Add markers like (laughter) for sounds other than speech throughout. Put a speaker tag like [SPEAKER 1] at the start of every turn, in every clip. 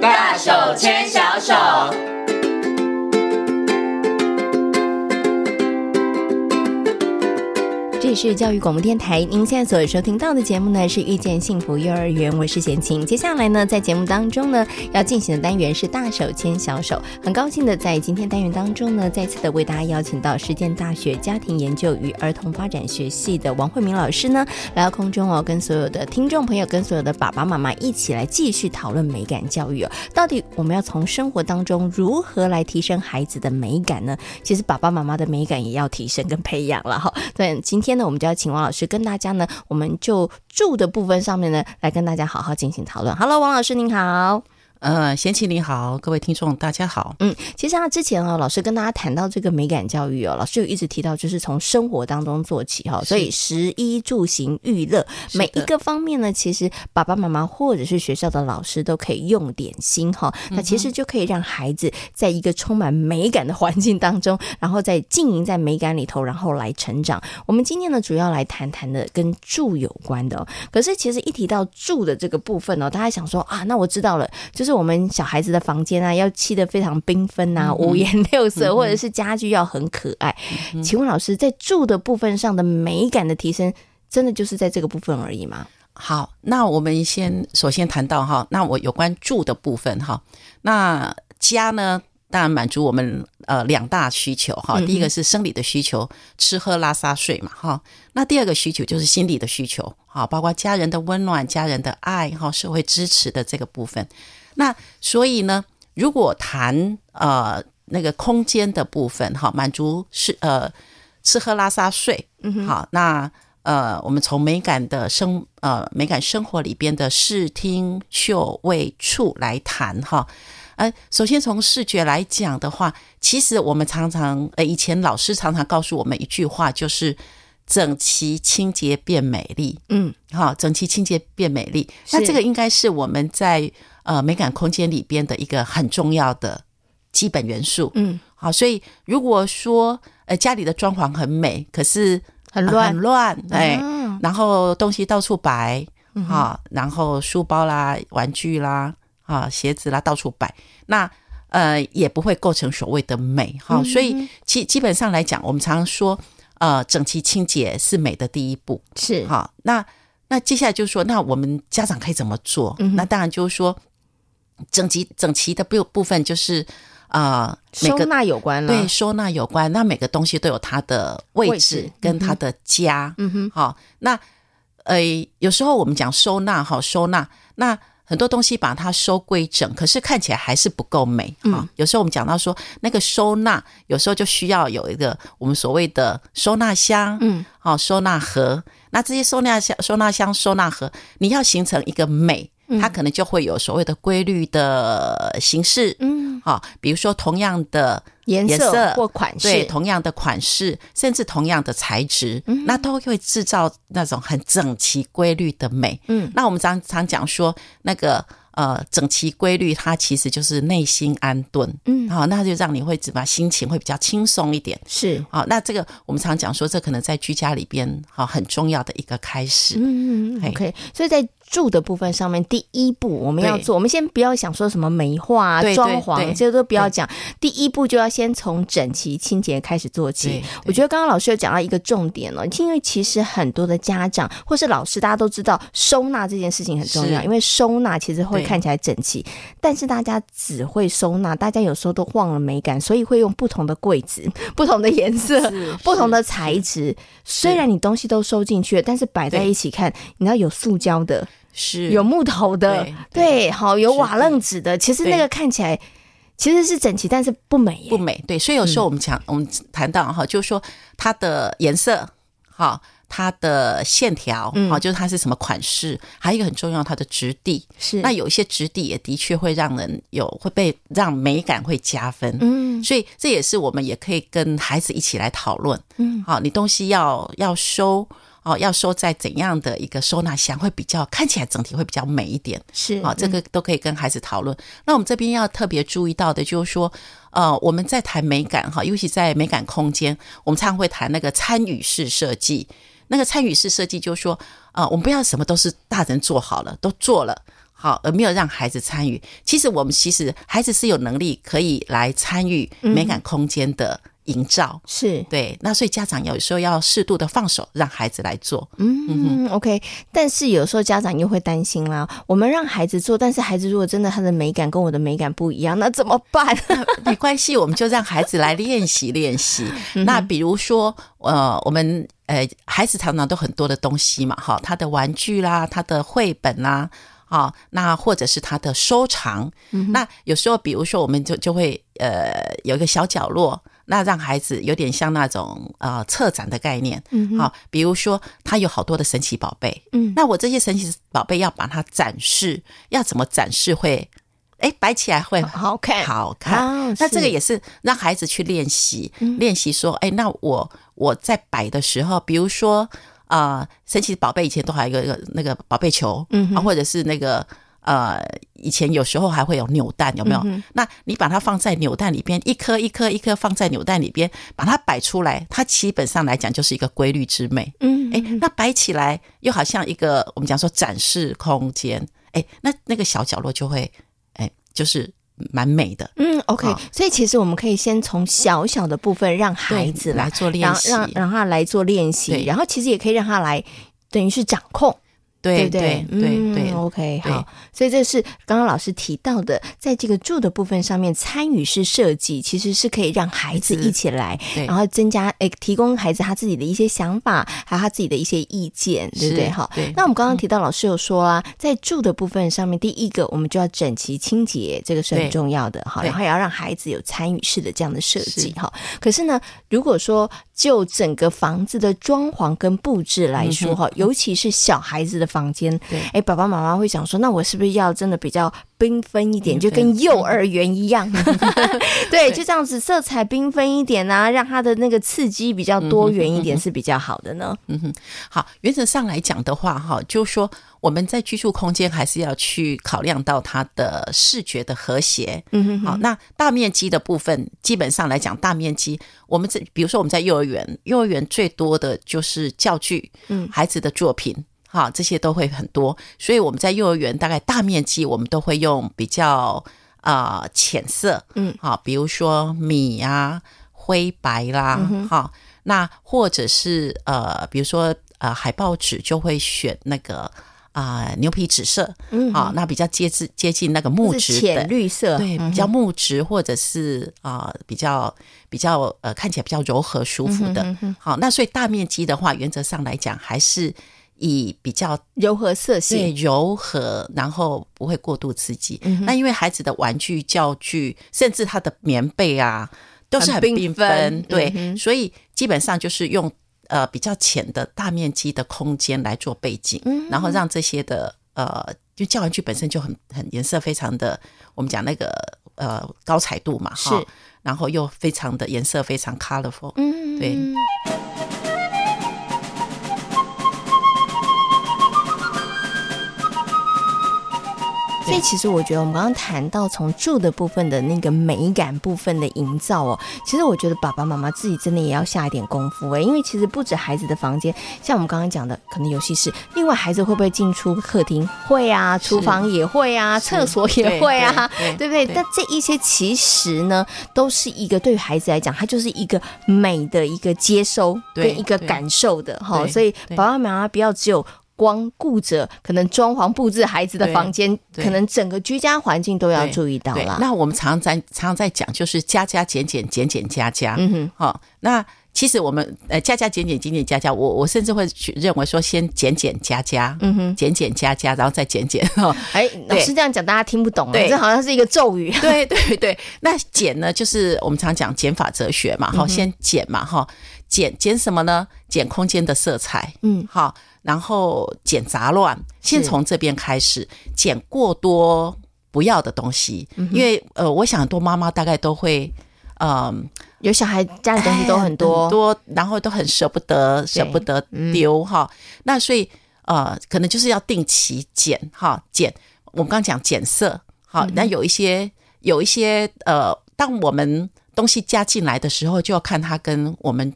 [SPEAKER 1] 大手牵小手。
[SPEAKER 2] 这里是教育广播电台，您现在所收听到的节目呢是《遇见幸福幼儿园》，我是贤琴。接下来呢，在节目当中呢，要进行的单元是“大手牵小手”。很高兴的在今天单元当中呢，再次的为大家邀请到实践大学家庭研究与儿童发展学系的王慧明老师呢，来到空中哦，跟所有的听众朋友、跟所有的爸爸妈妈一起来继续讨论美感教育哦。到底我们要从生活当中如何来提升孩子的美感呢？其实爸爸妈妈的美感也要提升跟培养了哈。对，今天呢，我们就要请王老师跟大家呢，我们就住的部分上面呢，来跟大家好好进行讨论。Hello，王老师您好。
[SPEAKER 3] 呃，贤琪你好，各位听众大家好。
[SPEAKER 2] 嗯，其实啊，之前哦，老师跟大家谈到这个美感教育哦，老师有一直提到，就是从生活当中做起哈、哦，
[SPEAKER 3] 是
[SPEAKER 2] 所以食衣住行娱乐
[SPEAKER 3] 是的
[SPEAKER 2] 每一个方面呢，其实爸爸妈妈或者是学校的老师都可以用点心哈、
[SPEAKER 3] 嗯
[SPEAKER 2] 那其实就可以让孩子在一个充满美感的环境当中，然后在经营在美感里头，然后来成长。我们今天呢，主要来谈谈的跟住有关的、哦。可是其实一提到住的这个部分哦，大家想说啊，那我知道了，就是我们小孩子的房间啊，要砌得非常缤纷
[SPEAKER 3] 嗯
[SPEAKER 2] 啊，五颜六色，或者是家具要很可爱。请问老师，在住的部分上的美感的提升，真的就是在这个部分而已吗？
[SPEAKER 3] 好，那我们先首先谈到哈，那我有关住的部分哈，那家呢，当然满足我们呃两大需求哈，第一个是生理的需求，吃喝拉撒睡嘛哈，那第二个需求就是心理的需求哈，包括家人的温暖、家人的爱哈、社会支持的这个部分。那所以呢，如果谈呃那个空间的部分哈，满足是呃吃喝拉撒睡，嗯好，那呃我们从美感的生呃美感生活里边的视听嗅味触来谈哈。呃，首先从视觉来讲的话，其实我们常常，呃，以前老师常常告诉我们一句话，就是整齐清洁变美丽。
[SPEAKER 2] 嗯，
[SPEAKER 3] 好，整齐清洁变美丽。
[SPEAKER 2] 是
[SPEAKER 3] 那这个应该是我们在呃美感空间里边的一个很重要的基本元素。
[SPEAKER 2] 嗯，
[SPEAKER 3] 好，所以如果说呃家里的装潢很美，可是
[SPEAKER 2] 很
[SPEAKER 3] 呃
[SPEAKER 2] 乱
[SPEAKER 3] 很乱，哎、
[SPEAKER 2] 嗯
[SPEAKER 3] 然后东西到处摆，啊，然后书包啦、玩具啦、啊鞋子啦到处摆，那呃也不会构成所谓的美哈、
[SPEAKER 2] 嗯
[SPEAKER 3] 所以基基本上来讲，我们常常说，呃，整齐清洁是美的第一步。
[SPEAKER 2] 是，
[SPEAKER 3] 好，那那接下来就是说，那我们家长可以怎么做？
[SPEAKER 2] 嗯
[SPEAKER 3] 那当然就是说，整齐整齐的部部分就是啊、每
[SPEAKER 2] 收
[SPEAKER 3] 个
[SPEAKER 2] 纳有关了，啊
[SPEAKER 3] 对收纳有关，那每个东西都有它的位
[SPEAKER 2] 位
[SPEAKER 3] 置
[SPEAKER 2] 置
[SPEAKER 3] 跟它的家。
[SPEAKER 2] 嗯哼，
[SPEAKER 3] 好、那呃，有时候我们讲收纳，哈，收纳，那很多东西把它收归整，可是看起来还是不够美，
[SPEAKER 2] 嗯
[SPEAKER 3] 哈、有时候我们讲到说那个收纳，有时候就需要有一个我们所谓的收纳箱，
[SPEAKER 2] 嗯，
[SPEAKER 3] 好、哦收纳盒。那这些收纳箱、收纳箱、收纳盒，你要形成一个美。
[SPEAKER 2] 嗯
[SPEAKER 3] 它可能就会有所谓的规律的形式，
[SPEAKER 2] 嗯，
[SPEAKER 3] 好、比如说同样的
[SPEAKER 2] 颜
[SPEAKER 3] 颜
[SPEAKER 2] 色
[SPEAKER 3] 色
[SPEAKER 2] 或款
[SPEAKER 3] 对
[SPEAKER 2] 式，嗯
[SPEAKER 3] 同样的款式，甚至同样的材质，那都会制造那种很整齐规律的美。
[SPEAKER 2] 嗯，
[SPEAKER 3] 那我们常常讲说那个。呃，整齐规律，它其实就是内心安顿，
[SPEAKER 2] 嗯
[SPEAKER 3] 好、那就让你会怎么样心情会比较轻松一点，
[SPEAKER 2] 是，
[SPEAKER 3] 好、那这个我们常讲说，这可能在居家里边，好、很重要的一个开始，
[SPEAKER 2] 嗯嗯嗯
[SPEAKER 3] 嘿
[SPEAKER 2] ，OK。所以在住的部分上面，第一步我们要
[SPEAKER 3] 对
[SPEAKER 2] 做，我们先不要想说什么美化、啊、
[SPEAKER 3] 对对
[SPEAKER 2] 装潢，
[SPEAKER 3] 对
[SPEAKER 2] 这些都不要讲。第一步就要先从整齐清洁开始做
[SPEAKER 3] 对
[SPEAKER 2] 起
[SPEAKER 3] 对。
[SPEAKER 2] 我觉得刚刚老师有讲到一个重点了，因为其实很多的家长或是老师，大家都知道收纳这件事情很重要，
[SPEAKER 3] 是
[SPEAKER 2] 因为收纳其实会
[SPEAKER 3] 对
[SPEAKER 2] 看起来整齐，但是大家只会收纳，大家有时候都忘了美感，所以会用不同的柜子、不同的颜色、嗯不同的材质。虽然你东西都收进去了，但是摆在
[SPEAKER 3] 对
[SPEAKER 2] 一起看，你知道有塑胶的，
[SPEAKER 3] 是
[SPEAKER 2] 有木头的，
[SPEAKER 3] 对
[SPEAKER 2] 对，好有
[SPEAKER 3] 是
[SPEAKER 2] 瓦楞纸的。其实那
[SPEAKER 3] 对
[SPEAKER 2] 个看起来其实是整齐，但是不美耶
[SPEAKER 3] 不。美。对，所以有时候
[SPEAKER 2] 嗯
[SPEAKER 3] 我们讲，我们谈到哈，就是说它的颜色，哈，它的线条，
[SPEAKER 2] 嗯
[SPEAKER 3] 哈，就是它是什么款式，还有一个很重要，它的质地。
[SPEAKER 2] 是
[SPEAKER 3] 那有一些质地也的确会让人有会被让美感会加分。
[SPEAKER 2] 嗯
[SPEAKER 3] 所以这也是我们也可以跟孩子一起来讨论。
[SPEAKER 2] 嗯，
[SPEAKER 3] 好、你东西要要收哦，要收在怎样的一个收纳箱会比较看起来整体会比较美一点。
[SPEAKER 2] 是嗯
[SPEAKER 3] 好、啊这个都可以跟孩子讨论。那我们这边要特别注意到的就是说，呃，我们在谈美感哈，尤其在美感空间，我们常常会谈那个参与式设计。那个参与式设计就是说，呃，我们不要什么都是大人做好了，都做了。好，而没有让孩子参与。其实我们其实孩子是有能力可以来参与美感空间的营造。
[SPEAKER 2] 是，
[SPEAKER 3] 对，那所以家长有时候要适度的放手，让孩子来做。
[SPEAKER 2] 嗯，OK。但是有时候家长又会担心啦，我们让孩子做，但是孩子如果真的他的美感跟我的美感不一样，那怎么办？
[SPEAKER 3] 没关系，我们就让孩子来练习练习。
[SPEAKER 2] 嗯
[SPEAKER 3] 那比如说，呃，我们呃，孩子常常都很多的东西嘛，哈，他的玩具啦，他的绘本啦，啊，那或者是他的收藏。
[SPEAKER 2] 嗯
[SPEAKER 3] 那有时候，比如说，我们就就会呃，有一个小角落。那让孩子有点像那种呃策展的概念，嗯，好、比如说他有好多的神奇宝贝，
[SPEAKER 2] 嗯
[SPEAKER 3] 那我这些神奇宝贝要把它展示，要怎么展示会，哎，摆起来会
[SPEAKER 2] (laughs) 好好看
[SPEAKER 3] 好看。
[SPEAKER 2] 哦啊
[SPEAKER 3] 那这个
[SPEAKER 2] 是嗯
[SPEAKER 3] 也是让孩子去练习，练习说，哎，那我我在摆的时候，比如说呃，神奇宝贝以前都还有一个那个宝贝球，嗯啊，或者是那个。呃，以前有时候还会有扭蛋，有没
[SPEAKER 2] 嗯
[SPEAKER 3] 有？那你把它放在扭蛋里边，一颗一颗一颗放在扭蛋里边，把它摆出来，它基本上来讲就是一个规律之美。
[SPEAKER 2] 嗯，
[SPEAKER 3] 哎，那摆起来又好像一个我们讲说展示空间，哎，那那个小角落就会，哎，就是蛮美的。
[SPEAKER 2] 嗯，OK，
[SPEAKER 3] 好
[SPEAKER 2] 所以其实我们可以先从小小的部分让孩
[SPEAKER 3] 对
[SPEAKER 2] 子
[SPEAKER 3] 来
[SPEAKER 2] 来，
[SPEAKER 3] 做练
[SPEAKER 2] 然后
[SPEAKER 3] 习，
[SPEAKER 2] 让让他来做练习，
[SPEAKER 3] 对
[SPEAKER 2] 然后其实也可以让他来，等于是掌控，
[SPEAKER 3] 对
[SPEAKER 2] 不对
[SPEAKER 3] 对？对对
[SPEAKER 2] 嗯、，OK，
[SPEAKER 3] 对
[SPEAKER 2] 好，所以这是刚刚老师提到的，在这个住的部分上面，参与式设计其实是可以让孩子
[SPEAKER 3] 是
[SPEAKER 2] 一起来，
[SPEAKER 3] 对
[SPEAKER 2] 然后增加诶，提供孩子他自己的一些想法，还有他自己的一些意见，对不对？
[SPEAKER 3] 是
[SPEAKER 2] 哈，
[SPEAKER 3] 对嗯
[SPEAKER 2] 那我们刚刚提到老师有说啊，在住的部分上面，第一个我们就要整齐清洁，这个是很
[SPEAKER 3] 对
[SPEAKER 2] 重要的哈，
[SPEAKER 3] 对
[SPEAKER 2] 然后也要让孩子有参与式的这样的设计
[SPEAKER 3] 是
[SPEAKER 2] 哈。可是呢，如果说就整个房子的装潢跟布置来说
[SPEAKER 3] 嗯
[SPEAKER 2] 哈，尤其是小孩子的房间，
[SPEAKER 3] 对
[SPEAKER 2] 哎，爸爸妈妈会想说，那我是不是要真的比较缤纷一点，
[SPEAKER 3] 缤纷嗯
[SPEAKER 2] 就跟幼儿园一样？ (laughs)
[SPEAKER 3] (laughs)
[SPEAKER 2] 对，就这样子，色彩缤纷一点啊，让它的那个刺激比较多元一
[SPEAKER 3] 嗯
[SPEAKER 2] 点是比较好的呢。
[SPEAKER 3] 好，原则上来讲的话，哈，就是说我们在居住空间还是要去考量到它的视觉的和谐。嗯哼好，那大面积的部分，基本上来讲，大面积，我们这比如说我们在幼儿园，幼儿园最多的就是教具，嗯，孩子的作品。哈，这些都会很多，所以我们在幼儿园大概大面积，我们都会用比较啊、呃浅色，
[SPEAKER 2] 嗯，
[SPEAKER 3] 好，比如说米啊、灰白啦，
[SPEAKER 2] 嗯
[SPEAKER 3] 好、那或者是呃，比如说呃，海报纸就会选那个啊、牛皮纸色，
[SPEAKER 2] 嗯
[SPEAKER 3] 好、那比较接近接近那个
[SPEAKER 2] 就
[SPEAKER 3] 木
[SPEAKER 2] 是
[SPEAKER 3] 质
[SPEAKER 2] 浅
[SPEAKER 3] 的，
[SPEAKER 2] 绿色，嗯
[SPEAKER 3] 对，比较木质或者是啊、比较比较呃看起来比较柔和舒服的，好、那所以大面积的话，原则上来讲还是以比较
[SPEAKER 2] 柔和色
[SPEAKER 3] 对
[SPEAKER 2] 系，
[SPEAKER 3] 柔和，然后不会过度刺激。
[SPEAKER 2] 嗯
[SPEAKER 3] 那因为孩子的玩具、教具，甚至他的棉被啊，都是
[SPEAKER 2] 很
[SPEAKER 3] 很
[SPEAKER 2] 缤
[SPEAKER 3] 缤
[SPEAKER 2] 纷
[SPEAKER 3] 纷，对，
[SPEAKER 2] 嗯哼
[SPEAKER 3] 所以基本上就是用呃比较浅的大面积的空间来做背景，
[SPEAKER 2] 嗯
[SPEAKER 3] 然后让这些的呃，就教玩具本身就很很颜色非常的，我们讲那个呃高彩度嘛，哈
[SPEAKER 2] 是，
[SPEAKER 3] 然后又非常的颜色非常 colorful，
[SPEAKER 2] 嗯
[SPEAKER 3] 对。
[SPEAKER 2] 所以其实我觉得我们刚刚谈到从住的部分的那个美感部分的营造哦，其实我觉得爸爸妈妈自己真的也要下一点功夫欸诶，因为其实不止孩子的房间，像我们刚刚讲的，可能游戏室，另外孩子会不会进出客厅？会啊，厨房也会啊，
[SPEAKER 3] 是
[SPEAKER 2] 厕所也
[SPEAKER 3] 对
[SPEAKER 2] 会啊，
[SPEAKER 3] 对
[SPEAKER 2] 对不对？
[SPEAKER 3] 对
[SPEAKER 2] 但这一些其实呢，都是一个对于孩子来讲，它就是一个美的一个接收
[SPEAKER 3] 对
[SPEAKER 2] 跟一个
[SPEAKER 3] 对
[SPEAKER 2] 感受的哈，
[SPEAKER 3] 对
[SPEAKER 2] 所以
[SPEAKER 3] 对
[SPEAKER 2] 爸爸妈妈不要只有。光顾着可能装潢布置孩子的
[SPEAKER 3] 对
[SPEAKER 2] 房间，
[SPEAKER 3] 对
[SPEAKER 2] 可能整个居家环境都要注意到
[SPEAKER 3] 对，
[SPEAKER 2] 啦。
[SPEAKER 3] 那我们常常在常常在讲，就是加加减减，减减加加。
[SPEAKER 2] 嗯哼，
[SPEAKER 3] 好、那其实我们呃加加减减减减加加，我我甚至会去认为说先减减加加，
[SPEAKER 2] 嗯哼，
[SPEAKER 3] 减减加加，然后再减减 (laughs) 哈。
[SPEAKER 2] 哎，老师这样讲大家听不懂啊，
[SPEAKER 3] 对
[SPEAKER 2] 这好像是一个咒语。
[SPEAKER 3] 对对对，那减呢，就是我们常讲减法哲学嘛，哈、先减嘛，哈，减减什么呢？减空间的色彩，
[SPEAKER 2] 嗯，
[SPEAKER 3] 好，然后减杂乱，先从这边开始，减过多不要的东西，因为呃，我想很多妈妈大概都会，嗯、
[SPEAKER 2] 有小孩家里东西都很
[SPEAKER 3] 哎
[SPEAKER 2] (laughs) 多，
[SPEAKER 3] 很多，然后都很舍不得，舍不得丢
[SPEAKER 2] 嗯
[SPEAKER 3] 哈、那所以呃，可能就是要定期检哈，检我们刚讲检色
[SPEAKER 2] 嗯
[SPEAKER 3] 好，那、有一些有一些呃，当我们东西加进来的时候，就要看它跟我们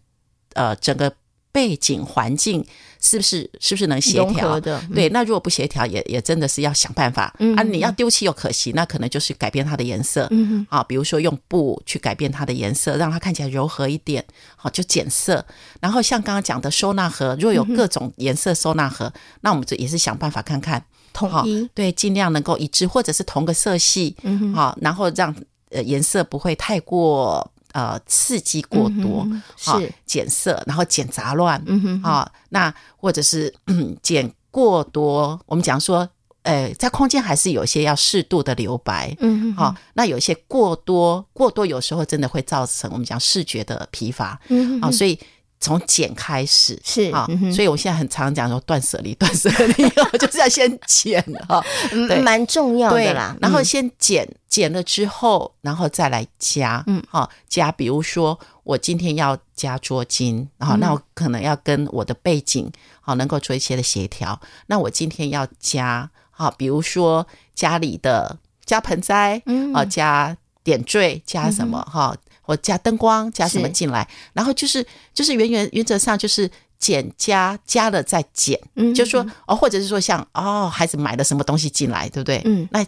[SPEAKER 3] 呃整个背景环境是不是是不是能协
[SPEAKER 2] 融
[SPEAKER 3] 调
[SPEAKER 2] 合？的，
[SPEAKER 3] 对，那如果不协调，也也真的是要想办法、
[SPEAKER 2] 嗯
[SPEAKER 3] 啊！你要丢弃又可惜，那可能就是改变它的颜色，
[SPEAKER 2] 嗯哼，
[SPEAKER 3] 啊，比如说用布去改变它的颜色，让它看起来柔和一点，好、就减色。然后像刚刚讲的收纳盒，若
[SPEAKER 2] 嗯
[SPEAKER 3] 有各种颜色收纳盒，那我们就也是想办法看看，
[SPEAKER 2] 统
[SPEAKER 3] 好
[SPEAKER 2] 一，
[SPEAKER 3] 对，尽量能够一致，或者是同个色系，
[SPEAKER 2] 嗯哼，
[SPEAKER 3] 好、然后让呃颜色不会太过呃刺激过多，
[SPEAKER 2] 嗯
[SPEAKER 3] 好
[SPEAKER 2] 哼是，
[SPEAKER 3] 减色，然后减杂乱，
[SPEAKER 2] 嗯哼，
[SPEAKER 3] 啊、那或者是 (clears throat) 嗯减过多，我们讲说，呃，在空间还是有一些要适度的留白。
[SPEAKER 2] 嗯哼，
[SPEAKER 3] 好、那有一些过多，过多有时候真的会造成我们讲视觉的疲乏啊、
[SPEAKER 2] 嗯哼，
[SPEAKER 3] 所以从减开始
[SPEAKER 2] 是
[SPEAKER 3] 啊、
[SPEAKER 2] 嗯哼
[SPEAKER 3] 所以我现在很常讲说断舍离，断舍离，我 (laughs) 就是要先减哈、
[SPEAKER 2] 嗯
[SPEAKER 3] 对
[SPEAKER 2] 蛮重要
[SPEAKER 3] 对
[SPEAKER 2] 的啦。
[SPEAKER 3] 然后
[SPEAKER 2] 嗯
[SPEAKER 3] 先减，减了之后，然后再来加，
[SPEAKER 2] 嗯，
[SPEAKER 3] 好、加，比如说我今天要加桌巾，好、
[SPEAKER 2] 嗯
[SPEAKER 3] 那我可能要跟我的背景好、能够做一些的协调。那我今天要加，好、比如说家里的加盆栽，
[SPEAKER 2] 嗯
[SPEAKER 3] 啊、加点缀，加什么哈、或加灯光，加什么
[SPEAKER 2] 是
[SPEAKER 3] 进来，然后就是就是原原原则上就是。减加加了再减，
[SPEAKER 2] 嗯
[SPEAKER 3] 就说哦，或者是说像哦，孩子买了什么东西进来，对不对？
[SPEAKER 2] 嗯，
[SPEAKER 3] 那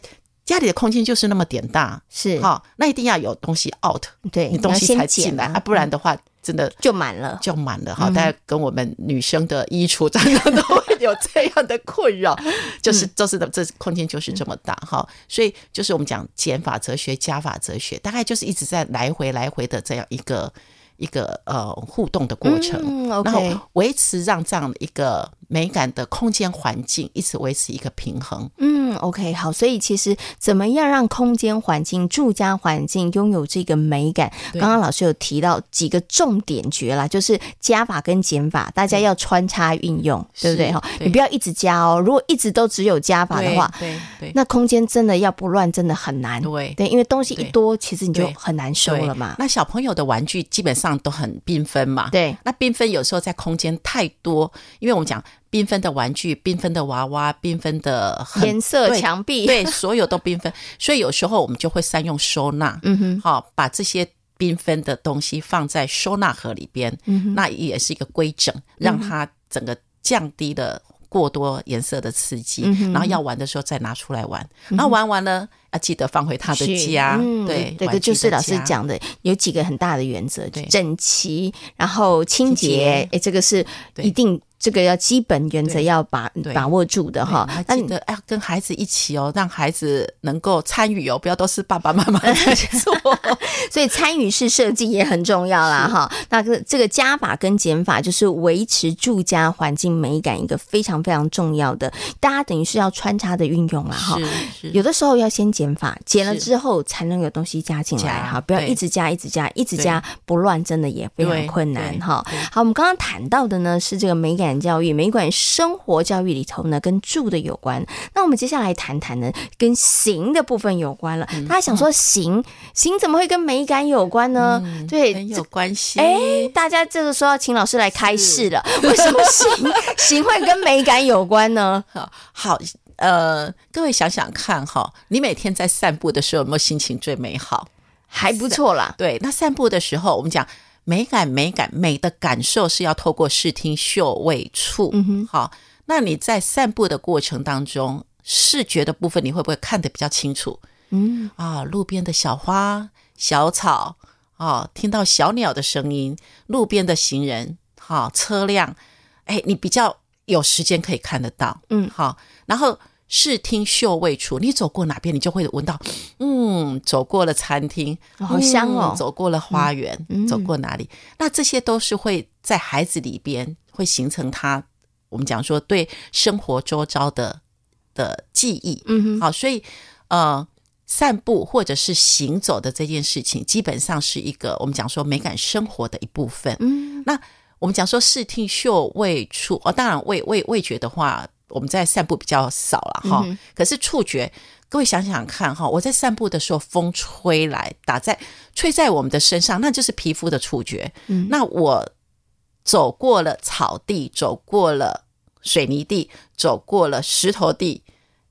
[SPEAKER 3] 家里的空间就是那么点大，
[SPEAKER 2] 是
[SPEAKER 3] 好、那一定要有东西 out，
[SPEAKER 2] 对，
[SPEAKER 3] 你东西
[SPEAKER 2] 要
[SPEAKER 3] 才进
[SPEAKER 2] 先减
[SPEAKER 3] 来
[SPEAKER 2] 啊嗯
[SPEAKER 3] 啊，不然的话真的
[SPEAKER 2] 就满
[SPEAKER 3] (laughs)
[SPEAKER 2] 了。
[SPEAKER 3] 就满了哈。大家跟我们女生的衣橱常常都会有这样的困扰，就是就是的，这空间就是这么大哈。所以就是我们讲减法哲学、加法哲学，大概就是一直在来回来回的这样一个一个呃互动的过程。
[SPEAKER 2] 嗯
[SPEAKER 3] 然
[SPEAKER 2] ，OK，
[SPEAKER 3] 后维持让这样的一个美感的空间环境，一直维持一个平衡。
[SPEAKER 2] 嗯，OK，好，所以其实怎么样让空间环境、住家环境拥有这个美感？
[SPEAKER 3] 对
[SPEAKER 2] 刚刚老师有提到几个重点诀啦，就是加法跟减法，大家要穿插运用，对不对？
[SPEAKER 3] 是
[SPEAKER 2] 哈，
[SPEAKER 3] 对
[SPEAKER 2] 你不要一直加哦，如果一直都只有加法的话，
[SPEAKER 3] 对对
[SPEAKER 2] 那空间真的要不乱，真的很难。
[SPEAKER 3] 对
[SPEAKER 2] 对，因为东西一
[SPEAKER 3] 对
[SPEAKER 2] 多，其实你就
[SPEAKER 3] 对
[SPEAKER 2] 很难收了嘛。
[SPEAKER 3] 那小朋友的玩具基本上都很缤纷嘛。
[SPEAKER 2] 对，
[SPEAKER 3] 那缤纷有时候在空间太多，因为我们讲缤纷的玩具、缤纷的娃娃、缤纷的很
[SPEAKER 2] 颜色、
[SPEAKER 3] 对
[SPEAKER 2] 墙壁，
[SPEAKER 3] 对，所有都缤纷， (laughs) 所以有时候我们就会善用收纳，
[SPEAKER 2] 嗯哼，
[SPEAKER 3] 好、把这些缤纷的东西放在收纳盒里边，
[SPEAKER 2] 嗯哼，嗯
[SPEAKER 3] 那也是一个规整，让它整个降低了过多颜色的刺激，
[SPEAKER 2] 嗯哼嗯
[SPEAKER 3] 然后要玩的时候再拿出来玩，然后玩完了要记得放回他的
[SPEAKER 2] 是
[SPEAKER 3] 家，
[SPEAKER 2] 嗯
[SPEAKER 3] 对，
[SPEAKER 2] 这
[SPEAKER 3] 玩
[SPEAKER 2] 个就
[SPEAKER 3] 具
[SPEAKER 2] 是
[SPEAKER 3] 的
[SPEAKER 2] 老师
[SPEAKER 3] 家。
[SPEAKER 2] 讲的，有几个很大的原则，
[SPEAKER 3] 对
[SPEAKER 2] 整齐，然后清
[SPEAKER 3] 清
[SPEAKER 2] 洁
[SPEAKER 3] 洁，
[SPEAKER 2] 哎，这个是
[SPEAKER 3] 对
[SPEAKER 2] 一定，这个要基本原则
[SPEAKER 3] 对
[SPEAKER 2] 要把
[SPEAKER 3] 对
[SPEAKER 2] 把握住的
[SPEAKER 3] 对
[SPEAKER 2] 哈
[SPEAKER 3] 然后。
[SPEAKER 2] 那
[SPEAKER 3] 记
[SPEAKER 2] 你
[SPEAKER 3] 得要跟孩子一起哦，让孩子能够参与哦，不要都是爸爸妈妈在
[SPEAKER 2] (laughs)
[SPEAKER 3] 做。
[SPEAKER 2] 所以参与式设计也很重要啦哈。那个这个加法跟减法就是维持住家环境美感一个非常非常重要的，大家等于是要穿插的运用啦哈。
[SPEAKER 3] 是
[SPEAKER 2] 有的时候要先减法，减了
[SPEAKER 3] 是
[SPEAKER 2] 之后才能有东西加进来
[SPEAKER 3] 加
[SPEAKER 2] 哈，不要
[SPEAKER 3] 对
[SPEAKER 2] 一直加、一直加、一直加，不乱真的也非常
[SPEAKER 3] 对
[SPEAKER 2] 困难
[SPEAKER 3] 对
[SPEAKER 2] 哈
[SPEAKER 3] 对。
[SPEAKER 2] 好，我们刚刚谈到的呢是这个美感教育、美感生活教育里头呢跟住的有关，那我们接下来谈谈呢跟行的部分有关了。
[SPEAKER 3] 嗯
[SPEAKER 2] 大家想说行行怎么会跟美感有关呢？对，
[SPEAKER 3] 嗯很
[SPEAKER 2] 这
[SPEAKER 3] 有关系。
[SPEAKER 2] 哎、大家这个时候要请老师来开示了，为什么
[SPEAKER 3] (laughs)
[SPEAKER 2] 行行会跟美感有关呢？
[SPEAKER 3] 好好，呃，各位想想看哈、你每天在散步的时候有没有心情最美好？
[SPEAKER 2] 还不
[SPEAKER 3] (laughs)
[SPEAKER 2] 错啦，
[SPEAKER 3] 对，那散步的时候，我们讲美感，美感，美的感受是要透过视听嗅味触。
[SPEAKER 2] 嗯哼，
[SPEAKER 3] 好，那你在散步的过程当中，视觉的部分你会不会看得比较清楚
[SPEAKER 2] 嗯，
[SPEAKER 3] 啊？路边的小花、小草，啊，听到小鸟的声音，路边的行人，好、车辆，哎，你比较有时间可以看得到。
[SPEAKER 2] 嗯
[SPEAKER 3] 好，然后。视听嗅味触，你走过哪边，你就会闻到，嗯，走过了餐厅，
[SPEAKER 2] 好香哦。
[SPEAKER 3] 嗯走过了花园，
[SPEAKER 2] 嗯
[SPEAKER 3] 走过哪里？那这些都是会在孩子里边会形成他，我们讲说对生活周遭的的记忆。
[SPEAKER 2] 嗯哼，
[SPEAKER 3] 好，所以呃，散步或者是行走的这件事情，基本上是一个我们讲说美感生活的一部分。
[SPEAKER 2] 嗯
[SPEAKER 3] 那我们讲说视听嗅味触哦，当然味味味觉的话，我们在散步比较少了哈、
[SPEAKER 2] 嗯哼
[SPEAKER 3] 可是触觉，各位想想看哈、我在散步的时候，风吹来打在吹在我们的身上，那就是皮肤的触觉。
[SPEAKER 2] 嗯
[SPEAKER 3] 那我走过了草地，走过了水泥地，走过了石头地，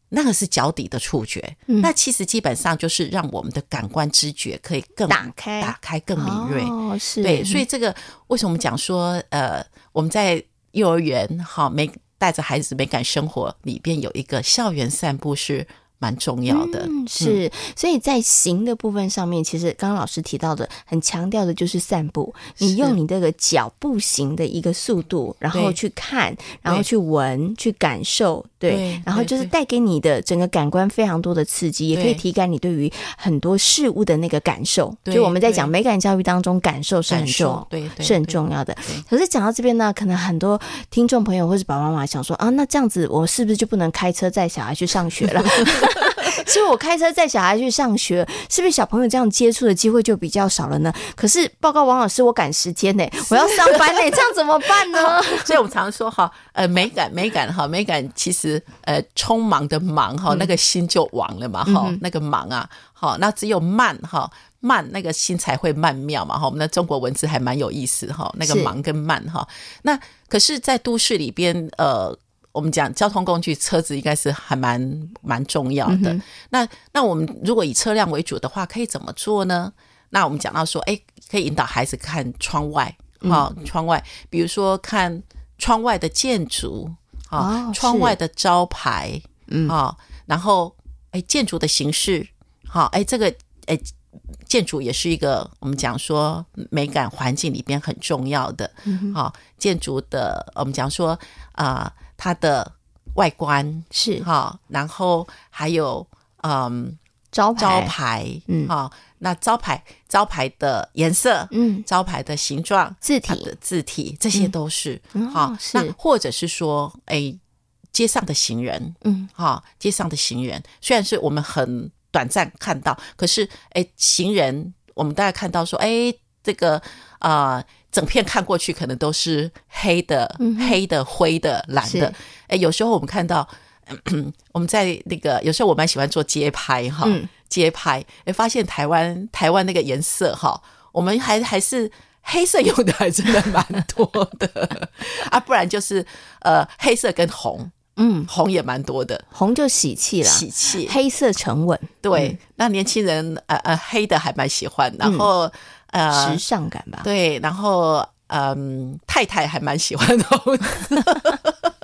[SPEAKER 3] 那个是脚底的触觉，
[SPEAKER 2] 嗯
[SPEAKER 3] 那其实基本上就是让我们的感官知觉可以更
[SPEAKER 2] 打开
[SPEAKER 3] 打开更敏锐。
[SPEAKER 2] 哦，是
[SPEAKER 3] 对，所以这个为什么我们讲说，呃，我们在幼儿园哈，美带着孩子美感生活里边有一个校园散步是蛮重要的。
[SPEAKER 2] 嗯，是，所以在行的部分上面，其实刚刚老师提到的，很强调的就是散步。你
[SPEAKER 3] 是
[SPEAKER 2] 用你这个脚步行的一个速度，然后
[SPEAKER 3] 对
[SPEAKER 2] 去看，然后
[SPEAKER 3] 对
[SPEAKER 2] 去闻，去感受，对，
[SPEAKER 3] 对
[SPEAKER 2] 然后
[SPEAKER 3] 对
[SPEAKER 2] 就是
[SPEAKER 3] 对
[SPEAKER 2] 带给你的整个感官非常多的刺激，也可以
[SPEAKER 3] 对
[SPEAKER 2] 提高你对于很多事物的那个感受。
[SPEAKER 3] 对
[SPEAKER 2] 就我们在讲
[SPEAKER 3] 对
[SPEAKER 2] 美感教育当中，感受是很
[SPEAKER 3] 感
[SPEAKER 2] 重
[SPEAKER 3] 受对对
[SPEAKER 2] 是很
[SPEAKER 3] 对
[SPEAKER 2] 重要的。可是讲到这边呢，可能很多听众朋友或是爸爸妈妈想说啊，那这样子我是不是就不能开车载小孩去上学
[SPEAKER 3] (laughs)
[SPEAKER 2] 了？所以我开车载小孩去上学，是不是小朋友这样接触的机会就比较少了呢？可是报告王老师，我赶时间
[SPEAKER 3] (laughs)
[SPEAKER 2] 呢、我要上班呢、这样怎么办呢？
[SPEAKER 3] 所以我们常说哈，呃，美感，美感哈，美感其实呃，匆忙的忙哈，那个心就亡了嘛哈，那个忙啊，好，那只有慢哈。慢，那个心才会曼妙嘛哈。我们的中国文字还蛮有意思哈，那个
[SPEAKER 2] 是
[SPEAKER 3] 忙跟慢哈。那可是，在都市里边，呃，我们讲交通工具，车子应该是还蛮蛮重要的。那那我们如果以车辆为主的话，可以怎么做呢？那我们讲到说，哎，可以引导孩子看窗外，哈、
[SPEAKER 2] 嗯
[SPEAKER 3] 窗外，比如说看窗外的建筑，啊、
[SPEAKER 2] 哦
[SPEAKER 3] 窗
[SPEAKER 2] 是
[SPEAKER 3] 外的招牌，嗯，啊、然后，哎，建筑的形式，好、哎，这个，哎，建筑也是一个我们讲说美感环境里边很重要的，
[SPEAKER 2] 嗯
[SPEAKER 3] 好、建筑的，我们讲说啊、它的外观，
[SPEAKER 2] 是
[SPEAKER 3] 哈、然后还有，嗯，
[SPEAKER 2] 招牌，
[SPEAKER 3] 招，牌，
[SPEAKER 2] 嗯
[SPEAKER 3] 好、那招牌招牌的颜色，
[SPEAKER 2] 嗯，
[SPEAKER 3] 招牌的形状，
[SPEAKER 2] 字
[SPEAKER 3] 它
[SPEAKER 2] 体
[SPEAKER 3] 的字体，这些都是
[SPEAKER 2] 嗯哦
[SPEAKER 3] 好、
[SPEAKER 2] 是
[SPEAKER 3] 那或者是说，哎，街上的行人，
[SPEAKER 2] 嗯，
[SPEAKER 3] 哈、街上的行人，虽然是我们很短暂看到，可是，哎，行人，我们大概看到说，哎，这个，呃。整片看过去，可能都是黑的、
[SPEAKER 2] 嗯哼
[SPEAKER 3] 黑的、灰的、蓝的
[SPEAKER 2] 是。
[SPEAKER 3] 哎，有时候我们看到， (clears throat) 我们在那个有时候我蛮喜欢做街拍哈，
[SPEAKER 2] 嗯
[SPEAKER 3] 街拍，哎，发现台湾台湾那个颜色哈，我们还还是黑色用的还真的蛮多的 (laughs) 啊，不然就是呃黑色跟红，
[SPEAKER 2] 嗯，
[SPEAKER 3] 红也蛮多的，
[SPEAKER 2] 红就喜气嗯啦，
[SPEAKER 3] 喜气，
[SPEAKER 2] 黑色沉稳，
[SPEAKER 3] 啊对，那年轻人呃呃黑的还蛮喜欢，然后、呃
[SPEAKER 2] 嗯时尚感吧。
[SPEAKER 3] 对，然后嗯太太还蛮喜欢红色， (laughs)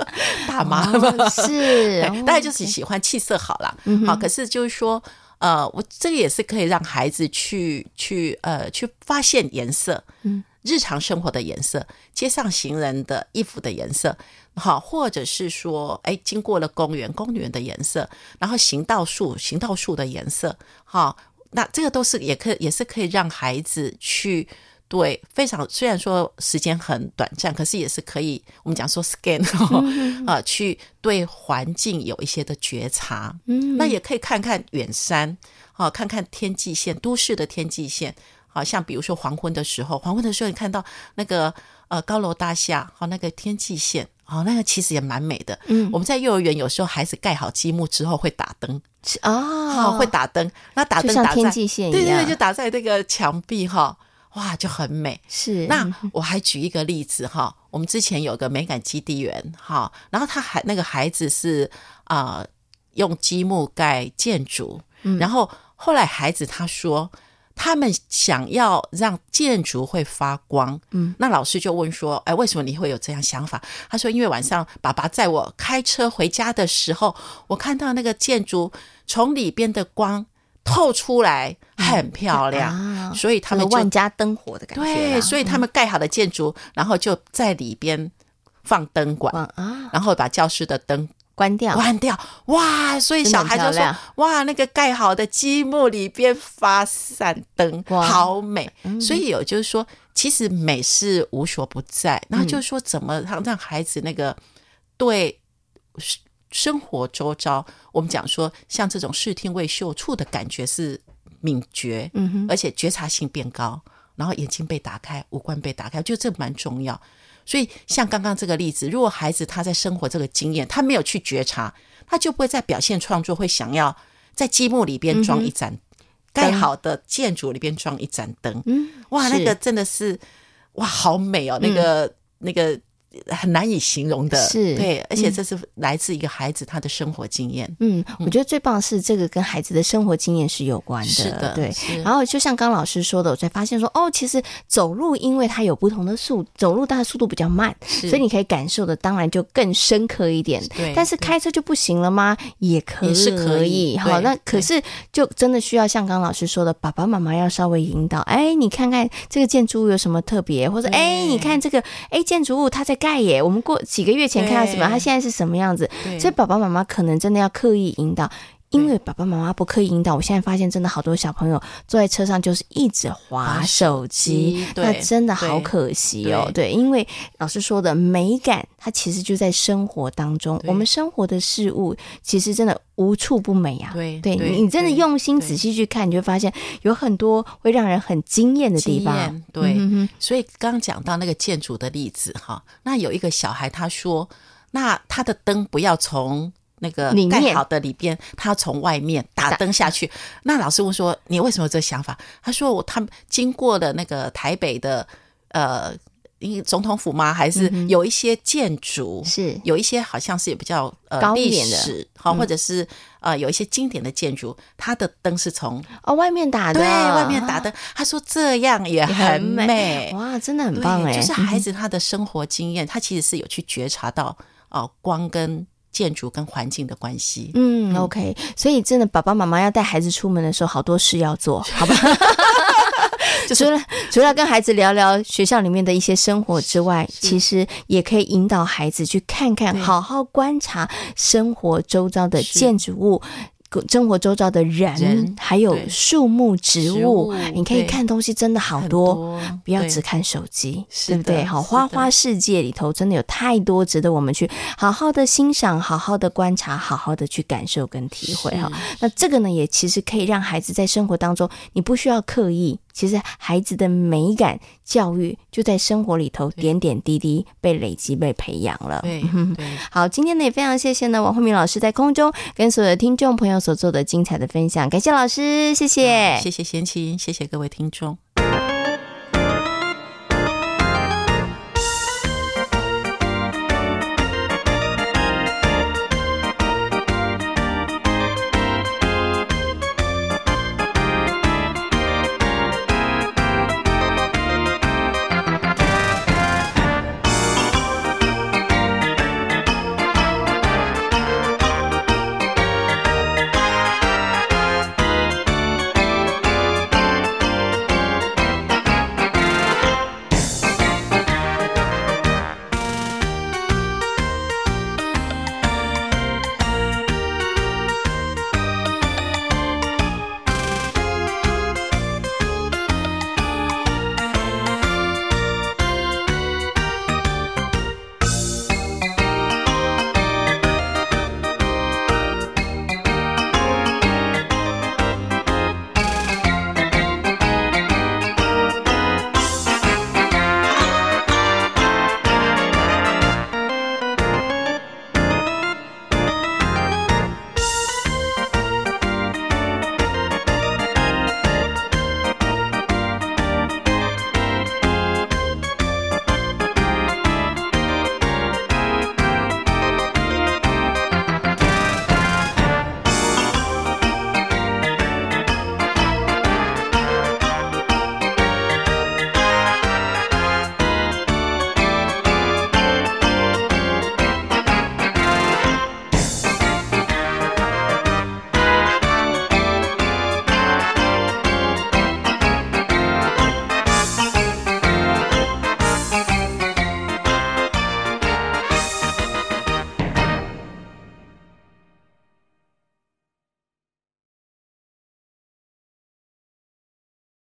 [SPEAKER 3] 大妈嘛。(laughs)
[SPEAKER 2] 哦是
[SPEAKER 3] 对，，哎大概就是
[SPEAKER 2] 哦
[SPEAKER 3] 喜欢气色好啦。
[SPEAKER 2] 嗯哼
[SPEAKER 3] 好，可是就是说，呃，我这个也是可以让孩子去去呃去发现颜色，
[SPEAKER 2] 嗯，
[SPEAKER 3] 日常生活的颜色，街上行人的衣服的颜色，好，或者是说，哎，经过了公园，公园的颜色，然后行道树，行道树的颜色，好，那这个都是也可也是可以让孩子去。对，非常虽然说时间很短暂，可是也是可以，我们讲说 scan 哦，啊，去对环境有一些的觉察。
[SPEAKER 2] 嗯
[SPEAKER 3] 那也可以看看远山，好、看看天际线，都市的天际线。好像比如说黄昏的时候，黄昏的时候你看到那个呃高楼大厦，好、那个天际线，好、那个其实也蛮美的。
[SPEAKER 2] 嗯
[SPEAKER 3] 我们在幼儿园有时候孩子盖好积木之后会打灯，
[SPEAKER 2] 是
[SPEAKER 3] 好、
[SPEAKER 2] 啊，
[SPEAKER 3] 会打灯，那打
[SPEAKER 2] 就
[SPEAKER 3] 灯
[SPEAKER 2] 像
[SPEAKER 3] 打
[SPEAKER 2] 天
[SPEAKER 3] 在
[SPEAKER 2] 际线一
[SPEAKER 3] 对对
[SPEAKER 2] 样，
[SPEAKER 3] 对，就打在那个墙壁哈、哇，就很美。
[SPEAKER 2] 是嗯
[SPEAKER 3] 那我还举一个例子哈，我们之前有个美感基地园哈，然后他还那个孩子是啊、呃用积木盖建筑，
[SPEAKER 2] 嗯
[SPEAKER 3] 然后后来孩子他说。他们想要让建筑会发光，嗯，那老师就问说，哎，为什么你会有这样想法？他说，因为晚上爸爸在我开车回家的时候，我看到那个建筑从里边的光透出来，很漂亮，
[SPEAKER 2] 嗯啊
[SPEAKER 3] 所以他们
[SPEAKER 2] 这个
[SPEAKER 3] 就
[SPEAKER 2] 万家灯火的感觉啦，嗯
[SPEAKER 3] 对，所以他们盖好的建筑，然后就在里边放灯管，
[SPEAKER 2] 关啊
[SPEAKER 3] 然后把教室的灯
[SPEAKER 2] 关掉，
[SPEAKER 3] 关掉。哇！所以
[SPEAKER 2] 哦真的
[SPEAKER 3] 小
[SPEAKER 2] 很
[SPEAKER 3] 孩
[SPEAKER 2] 漂
[SPEAKER 3] 就说
[SPEAKER 2] 亮：“
[SPEAKER 3] 哇，那个盖好的积木里边发散灯，
[SPEAKER 2] 哇嗯
[SPEAKER 3] 好美。”所以有就是说，其实美是无所不在。然后就是说，怎么让让孩子那个对生生活周遭，我们讲说，像这种视听味嗅触的感觉是敏觉，
[SPEAKER 2] 嗯哼，
[SPEAKER 3] 而且觉察性变高，然后眼睛被打开，五官被打开，我觉得这蛮重要。所以像刚刚这个例子，如果孩子他在生活这个经验，他没有去觉察，他就不会在表现创作会想要在积木里边
[SPEAKER 2] 嗯
[SPEAKER 3] 装一盏、盖好的建筑里边装一盏灯。
[SPEAKER 2] 嗯，
[SPEAKER 3] 哇，
[SPEAKER 2] 是嗯
[SPEAKER 3] 那个真的是哇，好美哦！那个、那个很难以形容的，
[SPEAKER 2] 是
[SPEAKER 3] 对，而且这是来自一个孩子他的生活经验。
[SPEAKER 2] 嗯，我觉得最棒的是这个跟孩子的生活经验是有关的，
[SPEAKER 3] 是的
[SPEAKER 2] 对
[SPEAKER 3] 是。
[SPEAKER 2] 然后就像刚老师说的，我才发现说，哦，其实走路因为它有不同的速，走路它的速度比较慢，
[SPEAKER 3] 所
[SPEAKER 2] 所以你可以感受的当然就更深刻一点。
[SPEAKER 3] 对，
[SPEAKER 2] 但是
[SPEAKER 3] 对
[SPEAKER 2] 开车就不行了吗？也可以，
[SPEAKER 3] 也是可以
[SPEAKER 2] 好，
[SPEAKER 3] 对
[SPEAKER 2] 那
[SPEAKER 3] 对
[SPEAKER 2] 可是就真的需要像刚老师说的，爸爸妈妈要稍微引导。哎，你看看这个建筑物有什么特别，或者
[SPEAKER 3] 对
[SPEAKER 2] 哎，你看这个哎建筑物它在盖耶，我们过几个月前看到什么，
[SPEAKER 3] 对
[SPEAKER 2] 它现在是什么样子？
[SPEAKER 3] 对
[SPEAKER 2] 所以爸爸妈妈可能真的要刻意引导。
[SPEAKER 3] 对
[SPEAKER 2] 因为爸爸妈妈不刻意引导，我现在发现真的好多小朋友坐在车上就是一直划
[SPEAKER 3] 划
[SPEAKER 2] 手机，那
[SPEAKER 3] 对
[SPEAKER 2] 真的好
[SPEAKER 3] 对
[SPEAKER 2] 可惜哦。对，因为老师说的美感，它其实就在生活当中。
[SPEAKER 3] 对
[SPEAKER 2] 我们生活的事物，其实真的无处不美啊。
[SPEAKER 3] 对
[SPEAKER 2] 对
[SPEAKER 3] 对
[SPEAKER 2] 你你真的
[SPEAKER 3] 对
[SPEAKER 2] 用心
[SPEAKER 3] 对
[SPEAKER 2] 仔细去看，你就会发现有很多会让人很惊艳的地
[SPEAKER 3] 经
[SPEAKER 2] 方。
[SPEAKER 3] 验对，
[SPEAKER 2] 嗯哼
[SPEAKER 3] 所以刚讲到那个建筑的例子哈，那有一个小孩他说，那他的灯不要从那个
[SPEAKER 2] 里面
[SPEAKER 3] 盖好的里边，他要从外面打灯下去。那老师问说，你为什么有这个想法？他说我他经过了那个台北的呃。因总统府吗？还是有一些建筑、
[SPEAKER 2] 嗯是
[SPEAKER 3] 有一些好像是也比较呃
[SPEAKER 2] 高一
[SPEAKER 3] 历
[SPEAKER 2] 点的嗯
[SPEAKER 3] 史好，或者是呃有一些经典的建筑，它的灯是从
[SPEAKER 2] 哦，外面打的，啊
[SPEAKER 3] 对，外面打灯。他说这样也
[SPEAKER 2] 也很
[SPEAKER 3] 很美，
[SPEAKER 2] 哇，真的很
[SPEAKER 3] 对
[SPEAKER 2] 棒哎，
[SPEAKER 3] 就是
[SPEAKER 2] 嗯
[SPEAKER 3] 孩子他的生活经验，他其实是有去觉察到哦、呃光跟建筑跟环境的关系。
[SPEAKER 2] 嗯，OK，所以真的，爸爸妈妈要带孩子出门的时候，好多事要做，好
[SPEAKER 3] (laughs)
[SPEAKER 2] 吧？
[SPEAKER 3] 就是
[SPEAKER 2] 除了除了跟孩子聊聊学校里面的一些生活之外，其实也可以引导孩子去看看，
[SPEAKER 3] 对
[SPEAKER 2] 好好观察生活周遭的
[SPEAKER 3] 是
[SPEAKER 2] 建筑物。生活周遭的人，
[SPEAKER 3] 人
[SPEAKER 2] 还有
[SPEAKER 3] 对
[SPEAKER 2] 树木、植
[SPEAKER 3] 植
[SPEAKER 2] 物
[SPEAKER 3] 物，
[SPEAKER 2] 你可以
[SPEAKER 3] 对
[SPEAKER 2] 看东西真的好
[SPEAKER 3] 很
[SPEAKER 2] 多，
[SPEAKER 3] 多
[SPEAKER 2] 不要
[SPEAKER 3] 对
[SPEAKER 2] 只看手机，
[SPEAKER 3] 是
[SPEAKER 2] 对不对？
[SPEAKER 3] 的
[SPEAKER 2] 好，
[SPEAKER 3] 是
[SPEAKER 2] 花
[SPEAKER 3] 的
[SPEAKER 2] 花世界里头真的有太多值得我们去好好的欣赏、好好的观察、好好的去感受跟体会哈。那这个呢，也其实可以让孩子在生活当中，你不需要刻意，其实孩子的美感教育就在生活里头点点滴滴被累积、被培养了。
[SPEAKER 3] 对对，
[SPEAKER 2] 好，今天呢也非常谢谢呢王慧敏老师在空中跟所有的听
[SPEAKER 3] 啊
[SPEAKER 2] 众朋友所做的精彩的分享，感谢老师，谢谢，
[SPEAKER 3] 谢谢贤琴，谢谢各位听众。